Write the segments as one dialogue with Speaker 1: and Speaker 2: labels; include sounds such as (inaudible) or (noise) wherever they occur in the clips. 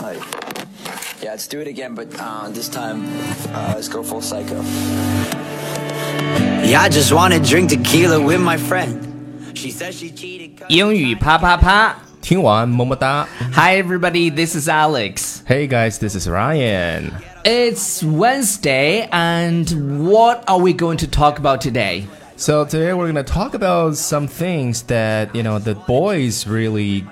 Speaker 1: Like, yeah, let's do it again, but uh, this time, uh, let's go full psycho.
Speaker 2: Yeah, I just wanna drink tequila with my friend. She says she cheated. 'cause-
Speaker 3: 英语啪啪啪
Speaker 4: 听完么么哒。
Speaker 3: ！Hi everybody, this is Alex.
Speaker 4: Hey guys, this is Ryan.
Speaker 3: It's Wednesday, and what are we going to talk about today?
Speaker 4: So today we're gonna talk about some things that you know the boys really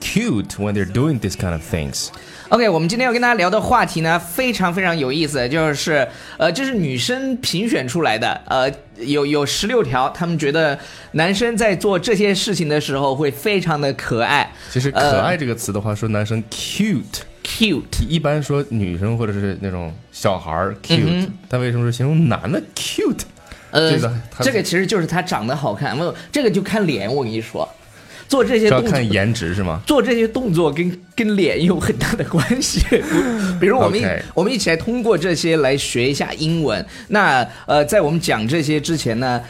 Speaker 4: cute when they're doing these kind of things.
Speaker 3: Uh, OK，我们今天要跟大家聊的话题呢，非常非常有意思，就是呃，这是女生评选出来的，呃，有有十六条，他们觉得男生在做这些事情的时候会非常的可爱。
Speaker 4: 其实“可
Speaker 3: 呃
Speaker 4: 爱”这个词的话，说男生 cute，
Speaker 3: cute，
Speaker 4: 一般说女生或者是那种小孩儿 cute，、但为什么说形容男的 cute？
Speaker 3: 呃，
Speaker 4: 这个他
Speaker 3: 这个其实就是他长得好看，没有这个就看脸，我跟你说，做这些
Speaker 4: 是要
Speaker 3: 动作
Speaker 4: 看颜值是吗？
Speaker 3: 做这些动作跟跟脸有很大的关
Speaker 4: (laughs)
Speaker 3: 系。比如我们一
Speaker 4: OK
Speaker 3: 我们一起来通过这些来学一下英文。那呃，在我们讲这些之前呢。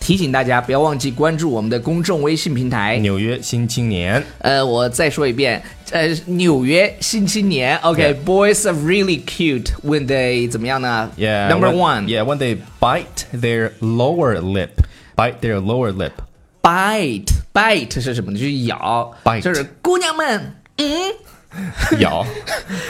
Speaker 3: 提醒大家不要忘记关注我们的公众微信平台。
Speaker 4: 纽约新青年，
Speaker 3: 呃，我再说一遍，呃，纽约新青年。OK，boys、are really cute when they 怎么样呢
Speaker 4: yeah,
Speaker 3: Number one,
Speaker 4: when- yeah, when they bite their lower lip, bite their lower lip.
Speaker 3: bite bite 是什么呢？就是咬
Speaker 4: Bite
Speaker 3: 就是姑娘们，嗯，
Speaker 4: (laughs) 咬，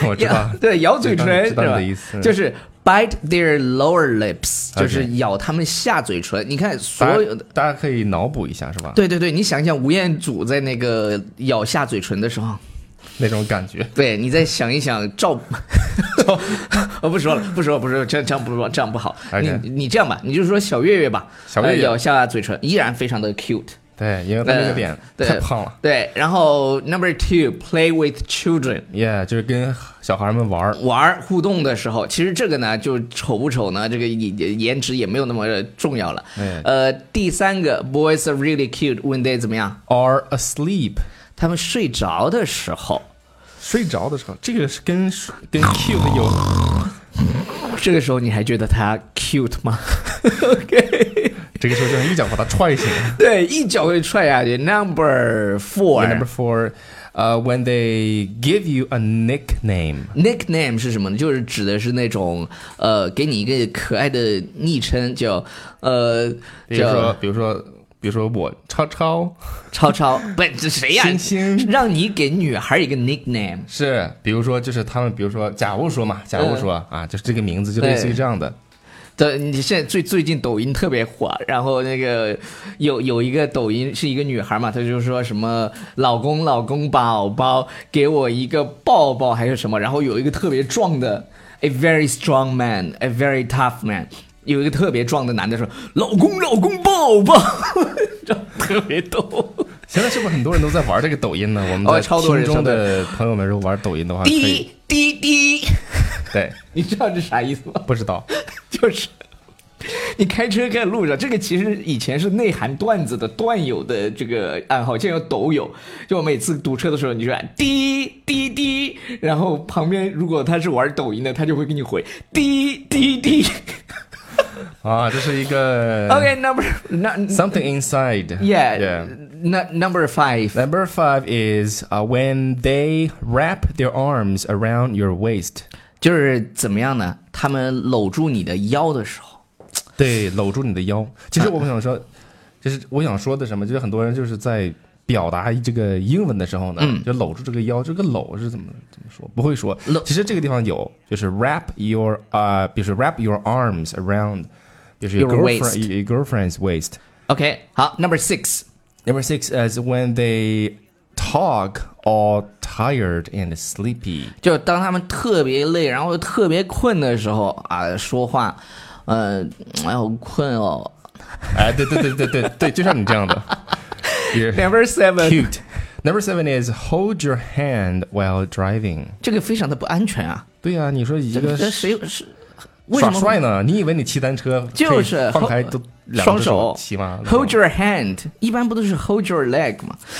Speaker 4: 我知道
Speaker 3: 咬，对咬嘴唇
Speaker 4: 知
Speaker 3: 是
Speaker 4: 道你
Speaker 3: 吧
Speaker 4: 的意思？
Speaker 3: 就是 bite their lower lips，就
Speaker 4: OK
Speaker 3: 是咬他们下嘴唇。你看
Speaker 4: 大
Speaker 3: 所
Speaker 4: 家
Speaker 3: 有的，
Speaker 4: 大家可以脑补一下，是吧？，
Speaker 3: 对对对，你想想吴彦祖在那个咬下嘴唇的时候，
Speaker 4: 那种感觉。
Speaker 3: 对你再想一想赵，我不说了，不说了，不说了，这样这样不说，这样不好。
Speaker 4: OK
Speaker 3: 你你这样吧，你就说小岳岳吧，
Speaker 4: 小岳岳
Speaker 3: 呃咬下嘴唇依然非常的 cute。呃
Speaker 4: 对，因为他那个脸
Speaker 3: 对
Speaker 4: 太胖了。
Speaker 3: 对，然后 number two，play with children。
Speaker 4: Yeah，就是跟小孩们玩儿。
Speaker 3: 玩儿互动的时候，其实这个呢，就丑不丑呢，这个也颜值也没有那么重要了。
Speaker 4: 哎
Speaker 3: 呃，第三个，boys are really cute when they 怎么样？
Speaker 4: Are asleep，
Speaker 3: 他们睡着的时候，
Speaker 4: 睡着的时候，这个是跟 (laughs) 跟 cute 有，
Speaker 3: 这个时候你还觉得他 cute
Speaker 4: (laughs)
Speaker 3: 吗？OK，
Speaker 4: 这个时候就是一脚把他踹醒。
Speaker 3: 对，一脚给踹下去。Number
Speaker 4: Number
Speaker 3: four。
Speaker 4: four，呃、w h e n they give you a nickname，
Speaker 3: Nickname 是什么呢？就是指的是那种，呃，给你一个可爱的昵称，叫，呃，
Speaker 4: 比如说，
Speaker 3: 叫
Speaker 4: 比如说，比如说我超超
Speaker 3: 超超，不，这谁呀、
Speaker 4: 星星
Speaker 3: 让你给女孩一个 nickname，
Speaker 4: 是，比如说就是他们，比如说，假如说嘛，假如说、啊，就是这个名字就类似于
Speaker 3: 对
Speaker 4: 这样的。
Speaker 3: 对，你现在最最近抖音特别火，然后那个有有一个抖音是一个女孩嘛，她就说什么老公老公宝宝给我一个抱抱还是什么，然后有一个特别壮的 a very strong man a very tough man，有一个特别壮的男的说老公老公抱抱， (laughs) 特别逗。
Speaker 4: 现在是不是很多人都在玩这个抖音呢？我们
Speaker 3: 哦
Speaker 4: 在
Speaker 3: 超多
Speaker 4: 听
Speaker 3: 人
Speaker 4: 众
Speaker 3: 超多
Speaker 4: 的朋友们如果玩抖音的话，可
Speaker 3: 滴
Speaker 4: 以
Speaker 3: 滴滴， (laughs)
Speaker 4: 对，
Speaker 3: 你知道这啥意思吗？
Speaker 4: 不知道
Speaker 3: (laughs) 就是你开车在路上，这个其实以前是内涵段子的段友的这个暗号，现在有抖友。就我每次堵车的时候，你就按滴滴滴，然后旁边如果他是玩抖音的，他就会给你回滴滴滴。
Speaker 4: 啊，这是一个
Speaker 3: OK number 那
Speaker 4: something inside
Speaker 3: 嗯 yeah
Speaker 4: yeah。
Speaker 3: 那 number five
Speaker 4: Number five is uh, when they wrap their arms around your waist，
Speaker 3: 就是怎么样呢？他们搂住你的腰的时候，
Speaker 4: 对，搂住你的
Speaker 3: (laughs)
Speaker 4: 腰。其实我想说，就是我想说的什么，就是很多人就是在表达这个英文的时候呢，就搂住这个腰，这个搂是怎么怎么说？不会说
Speaker 3: 嗯搂。
Speaker 4: 其实这个地方有，就是 wrap your 呃，比如说 wrap your arms around，就是
Speaker 3: Your
Speaker 4: girlfriend
Speaker 3: waist
Speaker 4: your girlfriend's waist。
Speaker 3: OK 好 number six
Speaker 4: Number six is when they talk all tired and
Speaker 3: (laughs)
Speaker 4: sleepy。
Speaker 3: 就是当他们特别累，然后又特别困的时候啊，说话，呃，哎呀，好困哦。
Speaker 4: 哎，对对对对对对，就像你这
Speaker 3: (laughs)
Speaker 4: 样的，也
Speaker 3: Number (laughs) seven，
Speaker 4: cute。Number seven is hold your hand while driving。
Speaker 3: 这个非常的不安全啊！
Speaker 4: 对呀、你说一
Speaker 3: 这
Speaker 4: 个
Speaker 3: 这谁是为什
Speaker 4: 耍
Speaker 3: 么
Speaker 4: 帅呢？你以为你骑单车
Speaker 3: 就
Speaker 4: 可以
Speaker 3: 是
Speaker 4: 放
Speaker 3: hold-
Speaker 4: 开都两
Speaker 3: 双
Speaker 4: 只
Speaker 3: 手
Speaker 4: 骑吗
Speaker 3: Hold your hand，一般不都是 hold your leg 吗？ (laughs)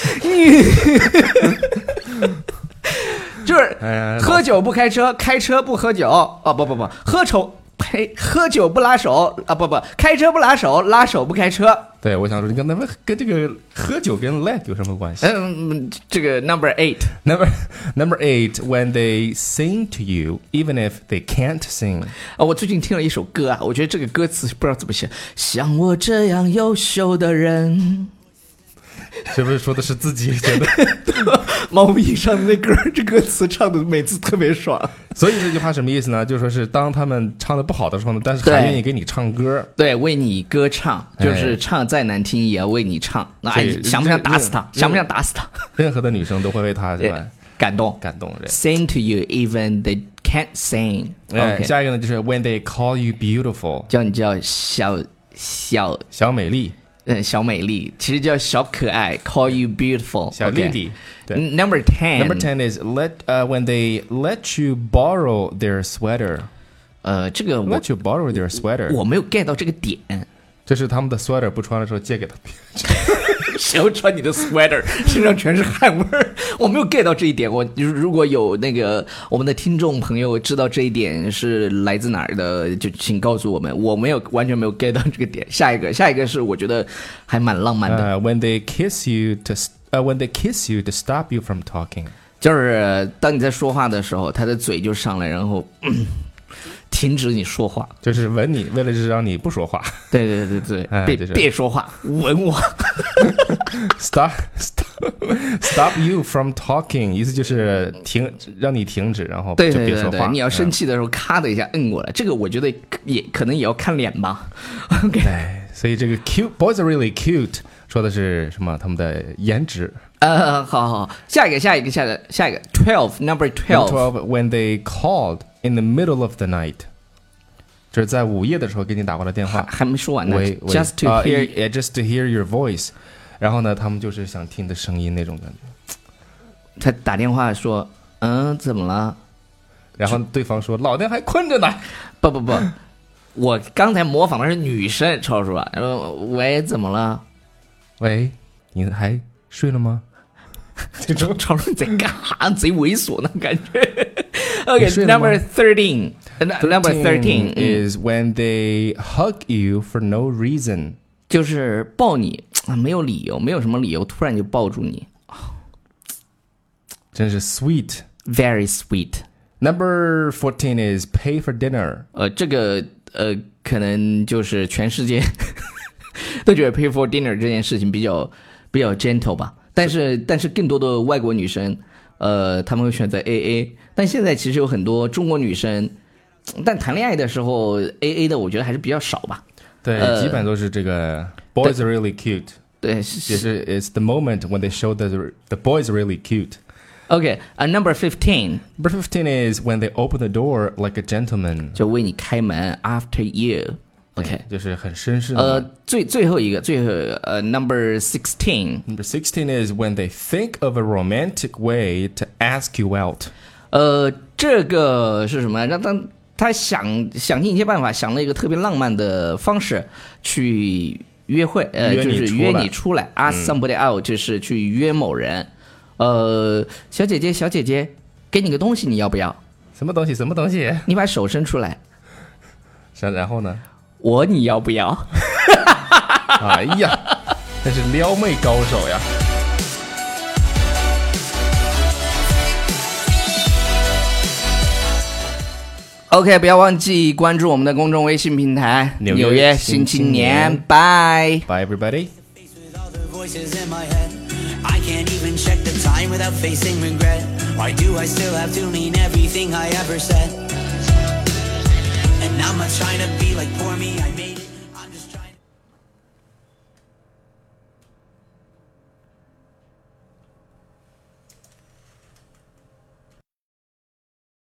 Speaker 3: 就是
Speaker 4: 哎呀哎
Speaker 3: 喝酒不开车，开车不喝酒。哦，不不不，喝酒。哎，喝酒不拉手啊，不不，开车不拉手，拉手不开车。
Speaker 4: 对，我想说，你跟他们跟这个喝酒跟 lag 有什么
Speaker 3: (laughs)
Speaker 4: 关系
Speaker 3: 嗯，这个 number eight，
Speaker 4: ？Number (laughs) number eight, when they sing to you, even if they can't
Speaker 3: (laughs)
Speaker 4: sing，
Speaker 3: 啊，我最近听了一首歌啊，我觉得这个歌词不知道怎么写，像我这样优秀的 (laughs) 人，
Speaker 4: 是不是说的是自己觉
Speaker 3: (laughs)
Speaker 4: 得？
Speaker 3: 毛不易唱的那歌，这歌词唱的每次特别爽。
Speaker 4: 所以这句话什么意思呢？就说是当他们唱的不好的时候呢，但是还
Speaker 3: 对
Speaker 4: 愿意给你唱歌。
Speaker 3: 对，为你歌唱，
Speaker 4: 哎
Speaker 3: 就是唱再难听也要为你唱。那、
Speaker 4: 所
Speaker 3: 哎
Speaker 4: 以
Speaker 3: 你想不想打死他？
Speaker 4: 这个
Speaker 3: 想不想打死他？
Speaker 4: 任何的女生都会为他是吧
Speaker 3: 对感动。
Speaker 4: 感动人。
Speaker 3: Sing to you even they can't sing。
Speaker 4: 哎，
Speaker 3: OK，
Speaker 4: 下一个呢就是 When they call you beautiful，
Speaker 3: 叫你叫小小
Speaker 4: 小美丽，
Speaker 3: 嗯小美丽，其实叫小可爱，call you beautiful。
Speaker 4: 小丽丽。对
Speaker 3: Number ten。
Speaker 4: Number ten is let uh, when they let you borrow their sweater.
Speaker 3: 呃，这个我
Speaker 4: Let you borrow their sweater，
Speaker 3: 我没有 get 到这个 (laughs) 点。
Speaker 4: 这是他们的 sweater 不穿的时候借给他。
Speaker 3: 谁要穿你的 sweater？身 (laughs) 上全是汗味儿， (laughs) 我没有 get 到这一点。我如如果有那个我们的听众朋友知道这一点是来自哪儿的，就请告诉我们。我没有完全没有 get 到这个点。下一个，下一个是我觉得还蛮浪漫的，
Speaker 4: 呃、w h e n they kiss you to s- 呃、when they kiss you to stop you from talking，
Speaker 3: 就是当你在说话的时候，他的嘴就上来，然后、嗯停止你说话。
Speaker 4: 就是吻你，为了是让你不说话。 (laughs)
Speaker 3: 对对对对，
Speaker 4: 哎
Speaker 3: 别
Speaker 4: 对对
Speaker 3: 别说话，吻我。
Speaker 4: stop (laughs) stop stop you from talking，意思就是停，让你停止，然后
Speaker 3: 对
Speaker 4: 就
Speaker 3: 对
Speaker 4: 别
Speaker 3: 对
Speaker 4: 说
Speaker 3: 对，
Speaker 4: 话。
Speaker 3: 你要生
Speaker 4: 嗯
Speaker 3: 气的时候，咔的一下摁过来。这个我觉得也可能也要看脸吧。OK， (laughs)
Speaker 4: 哎，所以这个 cute boys are really cute，说的是什么？他们的颜值。
Speaker 3: 呃，好好，好下一个，下一个，下一个，下一个，twelve number twelve，
Speaker 4: Twelve when they called in the middle of the night，就是在午夜的时候给你打过来电话。
Speaker 3: 还没说完呢
Speaker 4: 喂喂
Speaker 3: ，just to
Speaker 4: 啊
Speaker 3: hear，
Speaker 4: 也 just to hear your voice，然后呢，他们就是想听你的声音那种感觉。
Speaker 3: 他打电话说，嗯，怎么了？
Speaker 4: 然后对方说：“老娘还困着呢。
Speaker 3: 不不不，我刚才模仿的是女生，超叔啊，呃喂，怎么了？”
Speaker 4: 喂，你还睡了吗？这种
Speaker 3: 超叔你在干哈？贼猥琐那感觉。 (laughs)
Speaker 4: 你睡了吗
Speaker 3: OK，number thirteen，number 呃 thirteen，嗯
Speaker 4: is when they hug you for no reason。
Speaker 3: 就是抱你，啊没有理由，没有什么理由，突然就抱住你
Speaker 4: 真是 sweet。
Speaker 3: ，very sweet。
Speaker 4: Number fourteen is pay for dinner。
Speaker 3: 呃，这个呃，可能就是全世界 (laughs) 都觉得 pay for dinner 这件事情比较比较 gentle 吧，但是但是更多的外国女生，呃，她们会选择 AA，但现在其实有很多中国女生，但谈恋爱的时候 AA 的我觉得还是比较少吧。
Speaker 4: 对，
Speaker 3: 呃
Speaker 4: 基本都是这个 boys are really cute。
Speaker 3: 对
Speaker 4: 也是 is the moment when they show that the the boys are really cute。
Speaker 3: ，OK 啊、n u m b e r fifteen
Speaker 4: Number fifteen is when they open the door like a gentleman。
Speaker 3: 就为你开门，After you，OK，、
Speaker 4: 就是很绅士的嘛。
Speaker 3: 呃，最最后一个，最后呃，number sixteen，
Speaker 4: Number sixteen is when they think of a romantic way to ask you out。
Speaker 3: 呃，这个是什么？让他他想想尽一切办法，想了一个特别浪漫的方式去约会，呃，
Speaker 4: 约
Speaker 3: 就
Speaker 4: 你
Speaker 3: 是
Speaker 4: 出
Speaker 3: 约
Speaker 4: 来嗯
Speaker 3: 你出来，ask somebody out，、就是去约某人。呃，小姐姐，小姐姐，给你个东西，你要不要？
Speaker 4: 什么东西？什么东西？
Speaker 3: 你把手伸出来，
Speaker 4: 然然后呢？
Speaker 3: 我你要不要？
Speaker 4: 哎呀，那是撩妹高手呀！
Speaker 3: OK，不要忘记关注我们的公众微信平台《
Speaker 4: 纽约
Speaker 3: 纽约
Speaker 4: 新
Speaker 3: 新青
Speaker 4: 青年
Speaker 3: 年》，拜。
Speaker 4: Bye everybody。
Speaker 2: Faced with all the voices in my head. I can't even check the time without facing regret. Why do I still have to mean everything I ever said?